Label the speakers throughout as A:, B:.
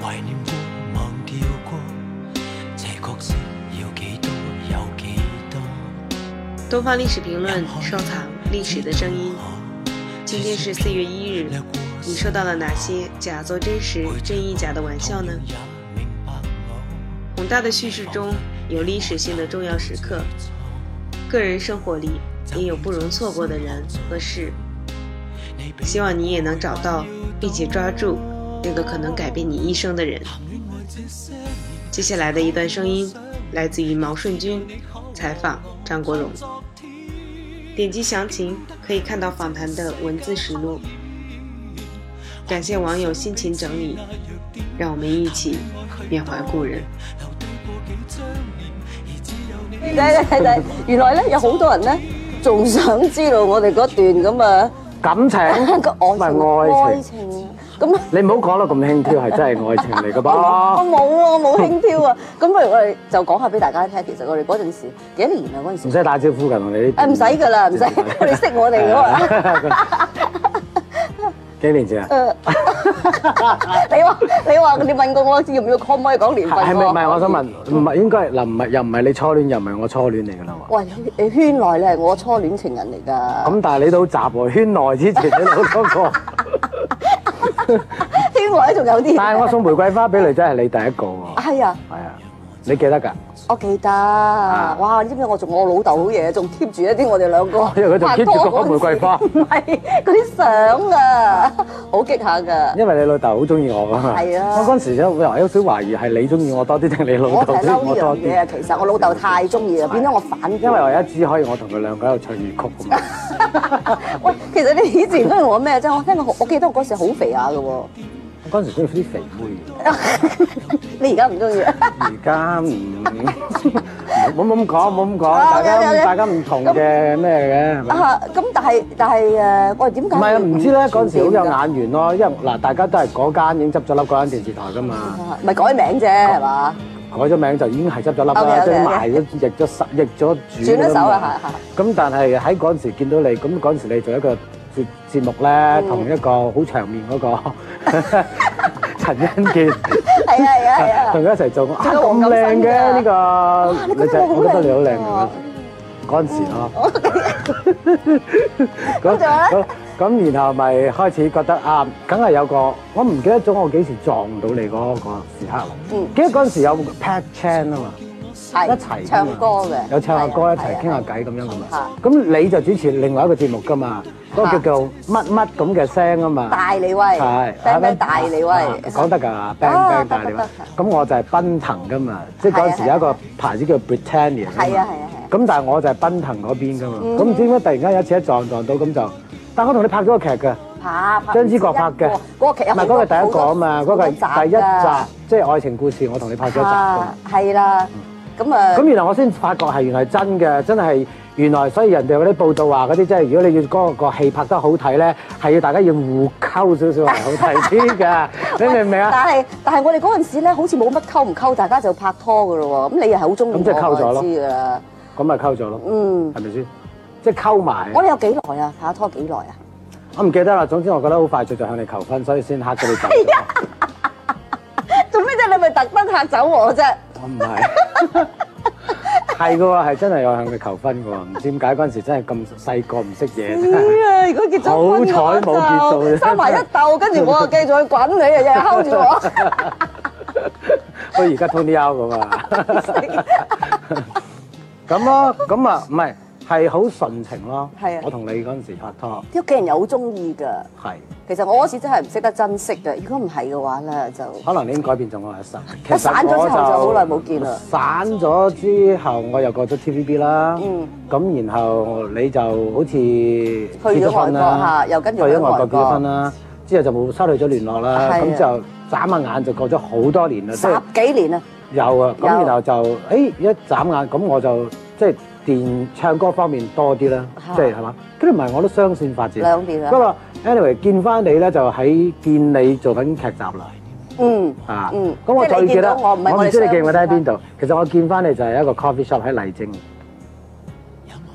A: 懷念過，忘掉過，斜角色要幾多有幾多。
B: 东方历史评论收藏历史的声音。今天是四月一日，你收到了哪些假作真实、真亦假的玩笑呢？宏大的叙事中有历史性的重要时刻，个人生活里也有不容错过的人和事。希望你也能找到并且抓住那个可能改变你一生的人。接下来的一段声音来自于毛舜筠采访张国荣，点击详情可以看到访谈的文字实录。感谢网友辛勤整理，让我们一起缅怀故人。
C: 睇睇睇睇，原來咧有好多人咧仲想知道我哋嗰段咁 啊
D: 感情
C: 個愛
D: 唔
C: 情
D: 係
C: 愛
D: 愛情，
C: 情啊，咁
D: 你唔好講得咁輕佻，係真係愛情嚟噶
C: 我
D: 噃，
C: 冇啊，我冇輕佻啊，咁不如我哋就講下俾大家聽，其實我哋嗰陣時幾多年啊嗰陣
D: 唔
C: 時，
D: 使打招呼㗎，同你呢
C: 誒
D: 段
C: 唔使噶啦，唔使，我哋識我哋噶嘛。
D: 幾年前啊？
C: 誒 你話你話你問過我要唔要可唔可以講年份喎？
D: 係咪唔係？我想問，唔係應該係嗱，唔係又唔係你初戀，又唔係我初戀嚟 㗎啦喎。
C: 喂，你圈內你係我初戀情人嚟㗎。
D: 咁但係你都好雜喎，圈內之前你好 多個，
C: 圈內仲有啲嘢。
D: 但係我送玫瑰花俾你真係你第一個喎，
C: 係啊，
D: 係啊，你記得㗎？
C: 我記得。
D: 啊
C: 哇，你知唔知我仲我老豆好嘢，仲 keep 住一啲我哋 兩個
D: 因為佢仲 keep 住嗰個玫瑰花
C: 拍拖嗰陣時唔係 嗰啲相啊，好激下㗎。
D: 因為你老豆好中意我㗎嘛。
C: 係啊
D: 我嗰陣時有有少懷疑係你中意我多啲定你老
C: 我就
D: 豆
C: 係
D: 中
C: 嬲
D: 意我
C: 呢
D: 多
C: 樣嘢
D: 啲
C: 啊，。其實我老豆太中意啦，變咗我反啊
D: 因 為我有一支可以我同佢兩個喺度唱粵曲 㗎嘛。
C: 喂，其實你以前都係我咩啫？我聽我好我記得我嗰時好肥下㗎喎，
D: 嗰陣時中意啲肥妹嘅。
C: 你而家唔中意。啊
D: 而家唔冇冇咁講，冇咁講，
C: 啊
D: 大
C: 有有有
D: 家大家唔同嘅咩嘅，係咪
C: 啊，咁但係但係誒，我點解
D: 唔係啊，唔知咧，嗰陣時好有
C: 㗎
D: 眼緣咯，因為嗱，大家都係嗰間已經執咗笠嗰間電視台噶嘛，
C: 啊咪改名啫係 嘛？
D: 改咗名就已經係執咗笠啦，
C: OK，OK，OK
D: 即係賣咗易咗手，易咗主
C: 轉咗手
D: 㗎
C: 啦
D: 嘛，
C: 係係。
D: 咁但係喺嗰陣時見到你，咁嗰陣時你做一個節節目咧，同一個好長面嗰 個陳欣健，
C: 係啊係啊係啊
D: 同！佢一齊做，啊
C: 仲有黃
D: 咁
C: 錦
D: 靚
C: 新㗎
D: 嘅呢
C: 哇
D: 個
C: 你
D: 女
C: 覺
D: 仔，
C: 得我好
D: 我覺得你好靚
C: 靚
D: 㗎
C: 㗎。
D: 嗰陣時 咯。
C: 咁仲有
D: 咁咁，然後咪開始覺得啊，梗係有個我唔記得咗我幾時撞到你嗰個時刻啦。
C: 嗯
D: 記得嗰陣時有 Pat Chan 啊嘛，
C: 係
D: 一齊㗎嘛
C: 唱歌嘅，
D: 有唱下
C: 係
D: 歌
C: 啊
D: 一齊傾下。偈咁樣噶
C: 係
D: 嘛。咁你就主持另外一個節目噶嘛，嗰個
C: 嚇
D: 叫做乜乜咁嘅聲啊嘛。
C: 大你威，
D: 係，
C: bang bang 大你威，
D: 啊講得㗎，bang bang 大你威
C: 得得得。
D: 咁我就係奔騰㗎嘛，即係
C: 係啊
D: 嗰陣時有一個牌子叫 Britannia 㗎嘛
C: 係啊係啊係啊嗯
D: 咁但係我就係奔騰嗰邊㗎嘛，咁唔知點解突然間有一次一撞撞到咁就，但我同你拍咗個劇㗎，
C: 拍拍
D: 張之國拍嘅，
C: 嗰個劇有
D: 唔係
C: 好
D: 嗰
C: 多
D: 個第一個啊嘛，
C: 好
D: 嗰
C: 多
D: 個係
C: 好多
D: 第一集，即係愛情故事，我同你拍咗一集
C: 㗎
D: 㗎嘛
C: 啊，係啦，咁啊，
D: 咁原來我先發覺係原來真嘅，真係原來，所以人哋嗰啲報道話嗰啲，即係如果你要嗰個戲拍得好睇咧，係要大家要互溝少少係好睇啲 㗎，你明唔明啊？
C: 但係但係我哋嗰陣時咧，好似冇乜溝唔溝，大家就拍拖㗎咯喎。咁你又係好中意
D: 咁即係溝咗咯
C: 我我知㗎啦。
D: 咁咪溝咗咯，
C: 嗯，
D: 係咪先？即係溝埋，
C: 我哋有幾耐啊？拍拖幾耐啊？
D: 我唔記得啦。總之我覺得好快脆就向你求婚，所以先嚇咗你走咗。
C: 做咩啫？你咪特登嚇走我啫？
D: 我哦唔係，係嘅喎，係真係有向佢求婚嘅喎。唔知點解嗰陣時真係咁細個唔識嘢。真係
C: 啊！如果結咗婚嘅話
D: 好彩冇結到
C: 就
D: 啫
C: 收埋一竇，跟住我又繼續去滾你，日日 睺住我。
D: 好似而家 Tony Out 咁啊！ 咁咯，咁啊，唔係係好純情咯。
C: 係啊
D: 我同你嗰陣時拍拖，
C: 啲屋企人又好中意㗎。
D: 係
C: 其實我嗰時真係唔識得珍惜㗎。如果唔係嘅話咧，就
D: 可能你已經改變咗我 一生。其
C: 一散咗之後
D: 我
C: 就好耐冇見啦
D: 散咗之後，我又過咗 TVB 啦。
C: 嗯。
D: 咁然後你就好似
C: 咗
D: 去
C: 外國嚇又跟住
D: 去
C: 去
D: 咗
C: 外
D: 外
C: 國
D: 國結咗婚啦。之後就冇失去咗聯絡啦。
C: 係啊
D: 咁就眨下眼就過咗好多年啦。即係
C: 十幾年啊！
D: 有啊，咁
C: 有
D: 然後就誒、一眨眼，咁我就即係電唱歌方面多啲啦，
C: 嚇
D: 即係係嘛？跟住唔係我都雙線發展，
C: 兩邊啊
D: 不過 anyway 見翻你咧，就喺見你做緊劇集啦。
C: 嗯，
D: 啊，
C: 嗯
D: 咁我
C: 即係
D: 最
C: 你
D: 記
C: 見
D: 得，
C: 到我唔係我
D: 我唔
C: 哋
D: 知你
C: 雙
D: 記唔記得喺
C: 線
D: 邊度。其實我見翻你就係一個 coffee shop 喺麗晶，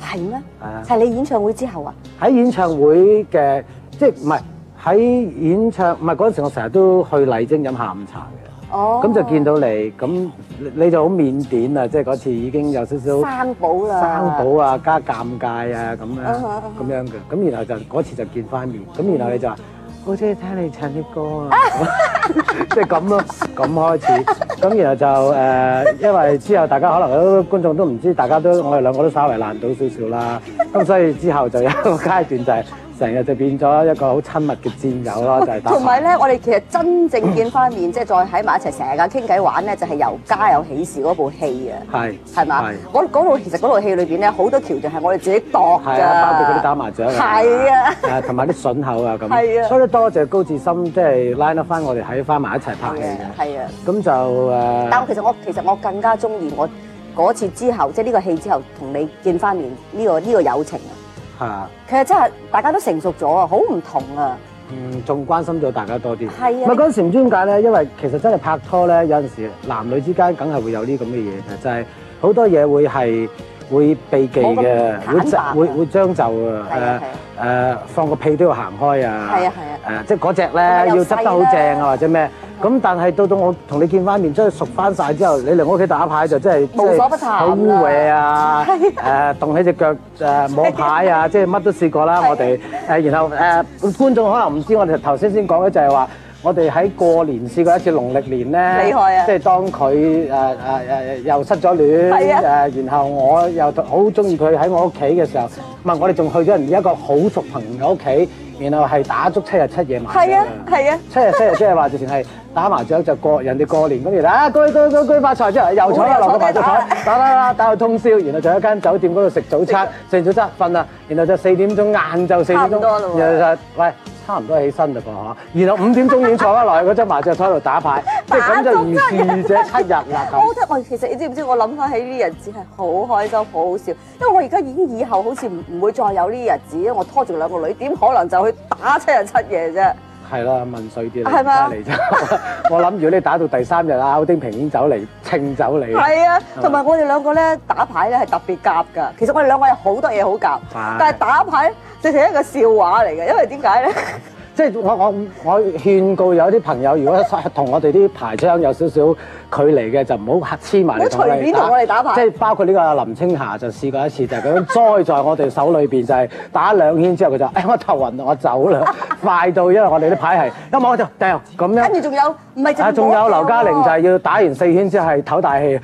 C: 係咩？
D: 係啊
C: 係你演唱會之後啊？
D: 喺演唱會嘅，即係唔係喺演唱唔係嗰陣時，我成日都去麗晶飲下午茶嘅。
C: 哦
D: 咁就見到你，咁你你就好腼腆啊！即係嗰次已經有少少
C: 生寶啦，
D: 生保啊，加尷尬啊，咁樣
C: 啊哈啊哈
D: 咁樣嘅。咁然後就嗰次就見翻面，咁然後你就話好中意聽你唱啲歌啊， 即係咁咯，咁開始。咁然後就誒、因為之後大家可能有觀眾都唔知，大家都我哋兩個都稍微爛到少少啦。咁所以之後就有一個階段就係、成日就變咗一個好親密嘅戰友咯，就係、打麻
C: 同埋咧，我哋其實真正見翻面，即係再喺埋一齊，成日傾偈玩咧，就係、由家有喜事嗰部戲啊，
D: 係
C: 係嘛
D: 係？
C: 我嗰部其實嗰部戲裏邊咧，好多橋段係我哋自己度㗎，
D: 係啊，包括嗰啲打麻雀啊，
C: 係啊，
D: 誒同埋啲筍口啊
C: 係啊
D: 咁，所以咧多謝高志森即係拉得翻我哋喺翻埋一齊拍戲嘅，
C: 係啊。
D: 咁就呃
C: 但我
D: 誒
C: 其實我其實我更加中意我嗰次之後，即係呢個戲之後同你見翻面呢、個呢、個友情啊，
D: 嚇，
C: 其實真係大家都成熟咗啊，好唔同啊，
D: 嗯，仲關心咗大家多啲。
C: 係
D: 唔係
C: 啊，
D: 嗰陣時唔知點解咧，因為其實真係拍拖咧，有陣時男女之間梗係會有呢咁嘅嘢嘅，就係、好多嘢會係會避忌
C: 冇咁，
D: 嘅會
C: 坦白啊
D: 會會將就啊，誒
C: 係啊
D: 誒、放個屁都要行開啊，
C: 係啊係啊
D: 誒、即係嗰只
C: 咪
D: 咧
C: 又嗯
D: 要執得好正啊或者咩，咁但係到到我同你見翻面，真係熟翻晒之後，你嚟我屋企打牌就真係
C: 無所不談啦
D: 好污穢 啊，誒動起只腳誒摸牌啊，即係乜都試過啦，我哋誒然後誒觀眾可能唔知我哋頭先先講嘅就係話。我哋喺過年試過一次農曆年咧，
C: 厲害啊
D: 即係當佢誒誒誒又失咗戀，
C: 係啊
D: 誒、然後我又好中意佢喺我屋企嘅時候，唔係我哋仲去咗人哋一個好熟朋友屋企，然後係打足七日七夜麻雀
C: 係啊
D: 㗎
C: 係啊，
D: 七日七日即係話直情係打麻雀就過人哋過年咁，然後啊居居居居發財之後又坐落個麻雀台打打打打到通宵，然後就喺間酒店嗰度食早餐，食完早餐瞓啦，然後就四點鐘晏晝四點
C: 差唔多啦喎
D: 鐘，然後就喂差唔多起身嘞噃嗬，然後五點鐘已經坐翻落去嗰張麻雀台度 打牌，即係咁就如是者七日啦咁。
C: 我覺得我其實你知唔知？我諗翻起呢啲日子係好開心，好好笑。因為我而家已經以後好似唔唔會再有呢啲日子，因為我拖住兩個女，點可能就去打七日七夜啫？
D: 係啦，問水啲啦，
C: 係嘛
D: 嚟就我諗，如果你打到第三日啊，歐丁平已經走嚟稱走你。
C: 係啊，同埋我哋兩個咧打牌咧係特別夾㗎。其實我哋兩個有好多嘢好夾，
D: 係
C: 但係打牌直情係一個笑話嚟嘅，因為點解咧？
D: 即係我我我勸告有啲朋友，如果同我哋啲牌商有少少距離嘅，就唔好黐埋嚟
C: 唔好隨便同我哋打牌
D: 即係包括呢個林青霞就試過一次，就係咁樣栽在我哋手裏邊，就係打兩圈之後，佢就誒、哎我頭暈，我 走啦，快到因為我哋啲牌係一摸就掉咁樣
C: 跟。哎住仲有唔係淨哦
D: 啊，
C: 係
D: 仲
C: 摸
D: 有
C: 手
D: 劉嘉玲
C: 喎
D: 就係要打完四圈之後係唞大氣，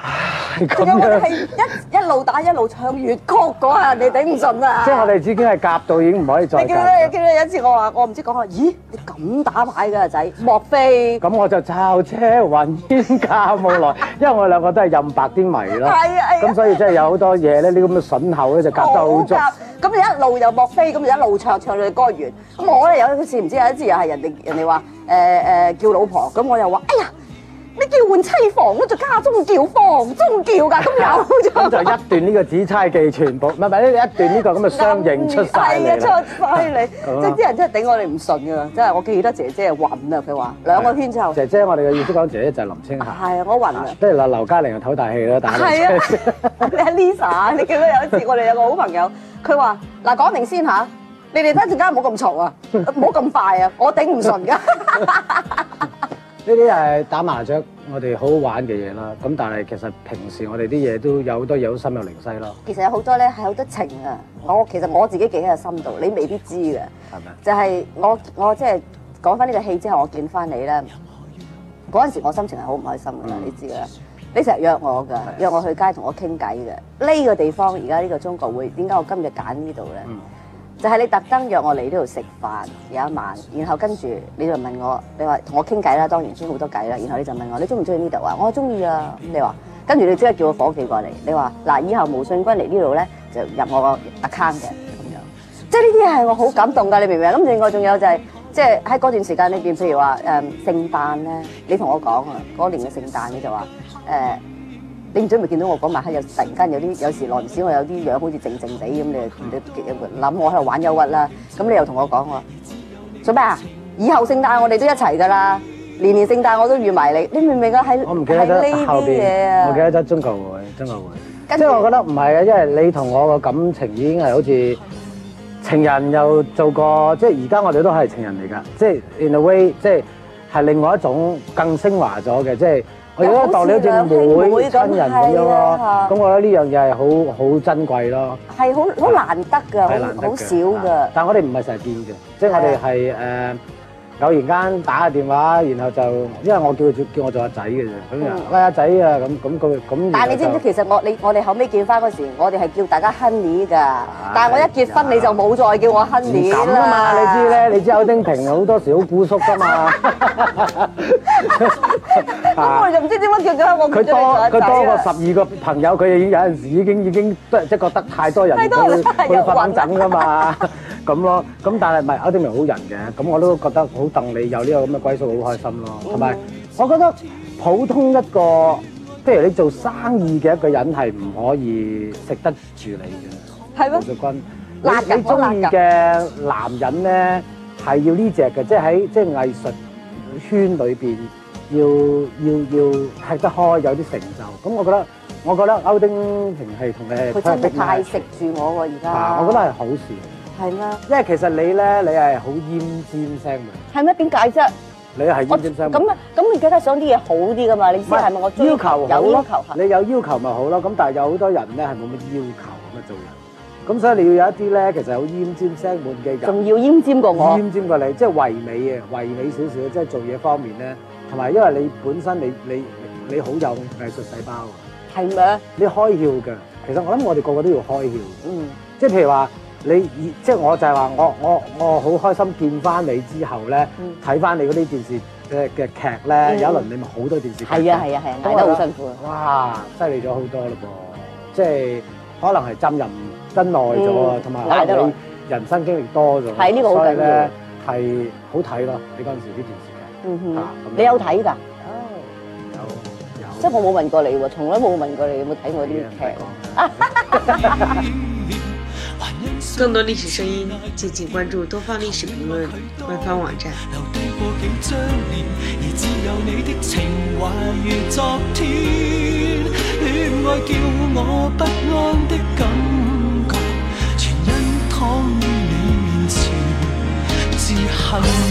D: 唉咁
C: 仲有我哋
D: 樣
C: 係。一一路打一路唱粵曲嗰 下，你頂唔順啊！
D: 即係我哋已經係夾到已經唔可以再
C: 你記得
D: 夾
C: 你記
D: 啦。
C: 得有一次我話我唔知講話，咦你咁打牌㗎仔？ 莫非
D: 咁我就抄車雲煙架冇耐，因為我哋兩個都係任白啲迷啦。
C: 係啊係啊
D: 咁所以真係有好多嘢咧，呢啲咁嘅筍口咧就夾得好足。
C: 夾？咁你一路又莫非，咁就一路唱唱到你歌完。咁我咧有一次唔知有一次又係人哋人哋話誒誒叫老婆，咁我又話哎呀你叫換妻房，我就家中叫房中叫㗎，咁
D: 咁
C: 又
D: 就
C: 唱。
D: 一段呢個紫釵記全部，唔係唔係一段呢個咁嘅相應出晒嚟
C: 係啊，
D: 啦。啊
C: 出晒 嚟，即係啲人真係頂我哋唔順㗎，真係我記得姐姐係暈啊，佢話兩個圈之後，係
D: 姐姐，我哋嘅意思講姐姐就係林青霞，
C: 啊，我暈 啊。
D: 即係劉劉嘉玲就唞大氣啦，打
C: 係啊， 你係 Lisa，你記得有一次我哋有個好朋友，佢話：嗱講明先吓，你哋等陣間唔好咁嘈啊，唔好咁快啊，我頂唔順 噶。
D: 呢啲係打麻雀，我哋好好玩嘅嘢啦。咁但係其實平時我哋啲嘢都有好多嘢好心有靈犀咯，
C: 其實有好多咧係好多情啊，我其實我自己記喺心度，你未必知嘅。
D: 係咪？
C: 就係我我即係講翻呢個戲之後，我見翻你咧，嗰陣時我心情係好唔開心㗎啦，你知㗎啦。你成日約我㗎，約我去街同我傾偈嘅。呢個地方而家呢個中國會點解我今日揀呢度咧？就係你特登約我嚟呢度食飯有一晚，然後跟住你就問我，你話同我傾偈啦，當然傾好多偈啦。然後你就問我，你中唔中意呢度啊？我中意啊。咁你話，跟住你即刻叫我伙計過嚟，你話嗱，以後無信君嚟呢度咧就入我個 account 嘅咁樣。即係呢啲係我好感動㗎，你明唔明啊？咁另外仲有就係、即係喺嗰段時間裏邊，譬如話誒、聖誕咧，你同我講啊，嗰年嘅聖誕你就話誒、你唔準咪見到我嗰晚黑有突然間有啲有時耐唔少我有啲樣好似靜靜地咁，你你諗我喺度玩憂鬱啦，咁你又同我講我做咩啊？以後聖誕我哋都一齊㗎啦，年年聖誕我都預埋你，你明唔明啊？喺
D: 我唔記得咗
C: 喺
D: 後
C: 呢啲嘢
D: 邊，我記
C: 啊，
D: 得咗中國會，中國會。
C: 跟
D: 即
C: 住
D: 係我覺得唔係啊，因為你同我個感情已經係好似情人又做過，即係而家我哋都係情人嚟㗎。即係 in a way，即係係另外一種更升華咗嘅，即係我而家當你好似妹親人咁樣
C: 啊
D: 咯。咁我覺得呢樣嘢係好好珍貴咯，
C: 係好好難得㗎，
D: 係難
C: 好
D: 得
C: 好
D: 嘅
C: 少啊㗎。
D: 但係我哋唔係成日見嘅，即係我哋係誒偶然間打下電話，然後就因為我叫佢叫我做阿仔嘅啫，咁就喂阿仔啊咁咁佢咁。
C: 嗯但係你知唔知其實我你我哋後尾見翻嗰時，我哋係叫大家 honey 㗎，
D: 啊
C: 但係我一結婚你就冇再叫我 honey
D: 咁
C: 啦。
D: 啊嘛，你 知咧，你知歐丁平好多時好姑叔噶嘛。
C: 咁我哋
D: 啊
C: 就唔知點樣叫咗我叫咗
D: 佢
C: 你
D: 多
C: 做阿
D: 佢
C: 仔啊啦
D: 多過十二個朋友，佢已有陣時已經已經即係覺得太多人
C: 太多人
D: 佢
C: 太
D: 佢
C: 有啊
D: 瞓
C: 暈
D: 緊噶嘛， 咁咯。咁但係唔係歐丁明好人嘅，咁我都覺得好戥你有呢個咁嘅歸宿，好開心咯。
C: 嗯
D: 同埋我覺得普通一個，譬如你做生意嘅一個人係唔可以食得住你嘅。
C: 係咩？
D: 胡淑君，
C: 辣
D: 你
C: 㗎
D: 你中意嘅男人咧係要呢只嘅，即係喺即係藝術圈裏邊要要要吃得開，有啲成就。咁我覺得我覺得歐丁平係同你係
C: 佢真係
D: perfect
C: 太
D: match
C: 食住我喎而
D: 啊！
C: 家。
D: 我覺得係好事，
C: 係咩？
D: 因為其實你咧你係好奄尖聲嘅，
C: 係咩？點解啫？
D: 你係
C: 我
D: 奄尖聲嘅。
C: 咁啊咁，你梗係想啲嘢好啲㗎嘛？你知係咪？我追
D: 要求好
C: 有要
D: 咯
C: 求係。
D: 你有要求咪好咯？咁但係有好多人咧係冇乜要求咁嘅做人。咁所以你要有一啲咧，其實好奄尖聲悶嘅人。
C: 仲要奄尖過我，
D: 奄尖過你，即係唯美嘅，唯美少少，即係做嘢方面咧，同埋因為你本身你你你好有藝術細胞，啊
C: 係咪？
D: 你開竅嘅。其實我諗我哋個個都要開竅，
C: 嗯，
D: 即係譬如話你以，即係我就係話我我我好開心見翻你之後咧
C: 嗯，
D: 睇翻你嗰啲電視嘅嘅劇咧，有一輪你咪好多電視劇。
C: 係啊係啊係啊，
D: 咁
C: 捱
D: 我覺
C: 得
D: 得
C: 好辛苦啊。
D: 哇，犀利咗好多嘞噃，即係可能係浸淫跟耐咗啊
C: 嗯，
D: 同埋
C: 捱得耐
D: 可能你人生經歷多咗，
C: 係呢個好
D: 所以
C: 緊要
D: 咧係好睇咯。你嗰陣時啲電視劇
C: 嗯
D: 啊
C: 哼，
D: 咁
C: 你有睇㗎？
D: 有有，
C: 哦即係我冇問過你喎，從來冇問過你有冇睇我啲
D: 啲
C: 劇。
B: 更多历史声音，敬请关注东方历史评论官方网站。
A: 留低過境將年，而只有你的情懷如昨天。戀愛叫我不安的感覺，全因躺於你面前，自恨。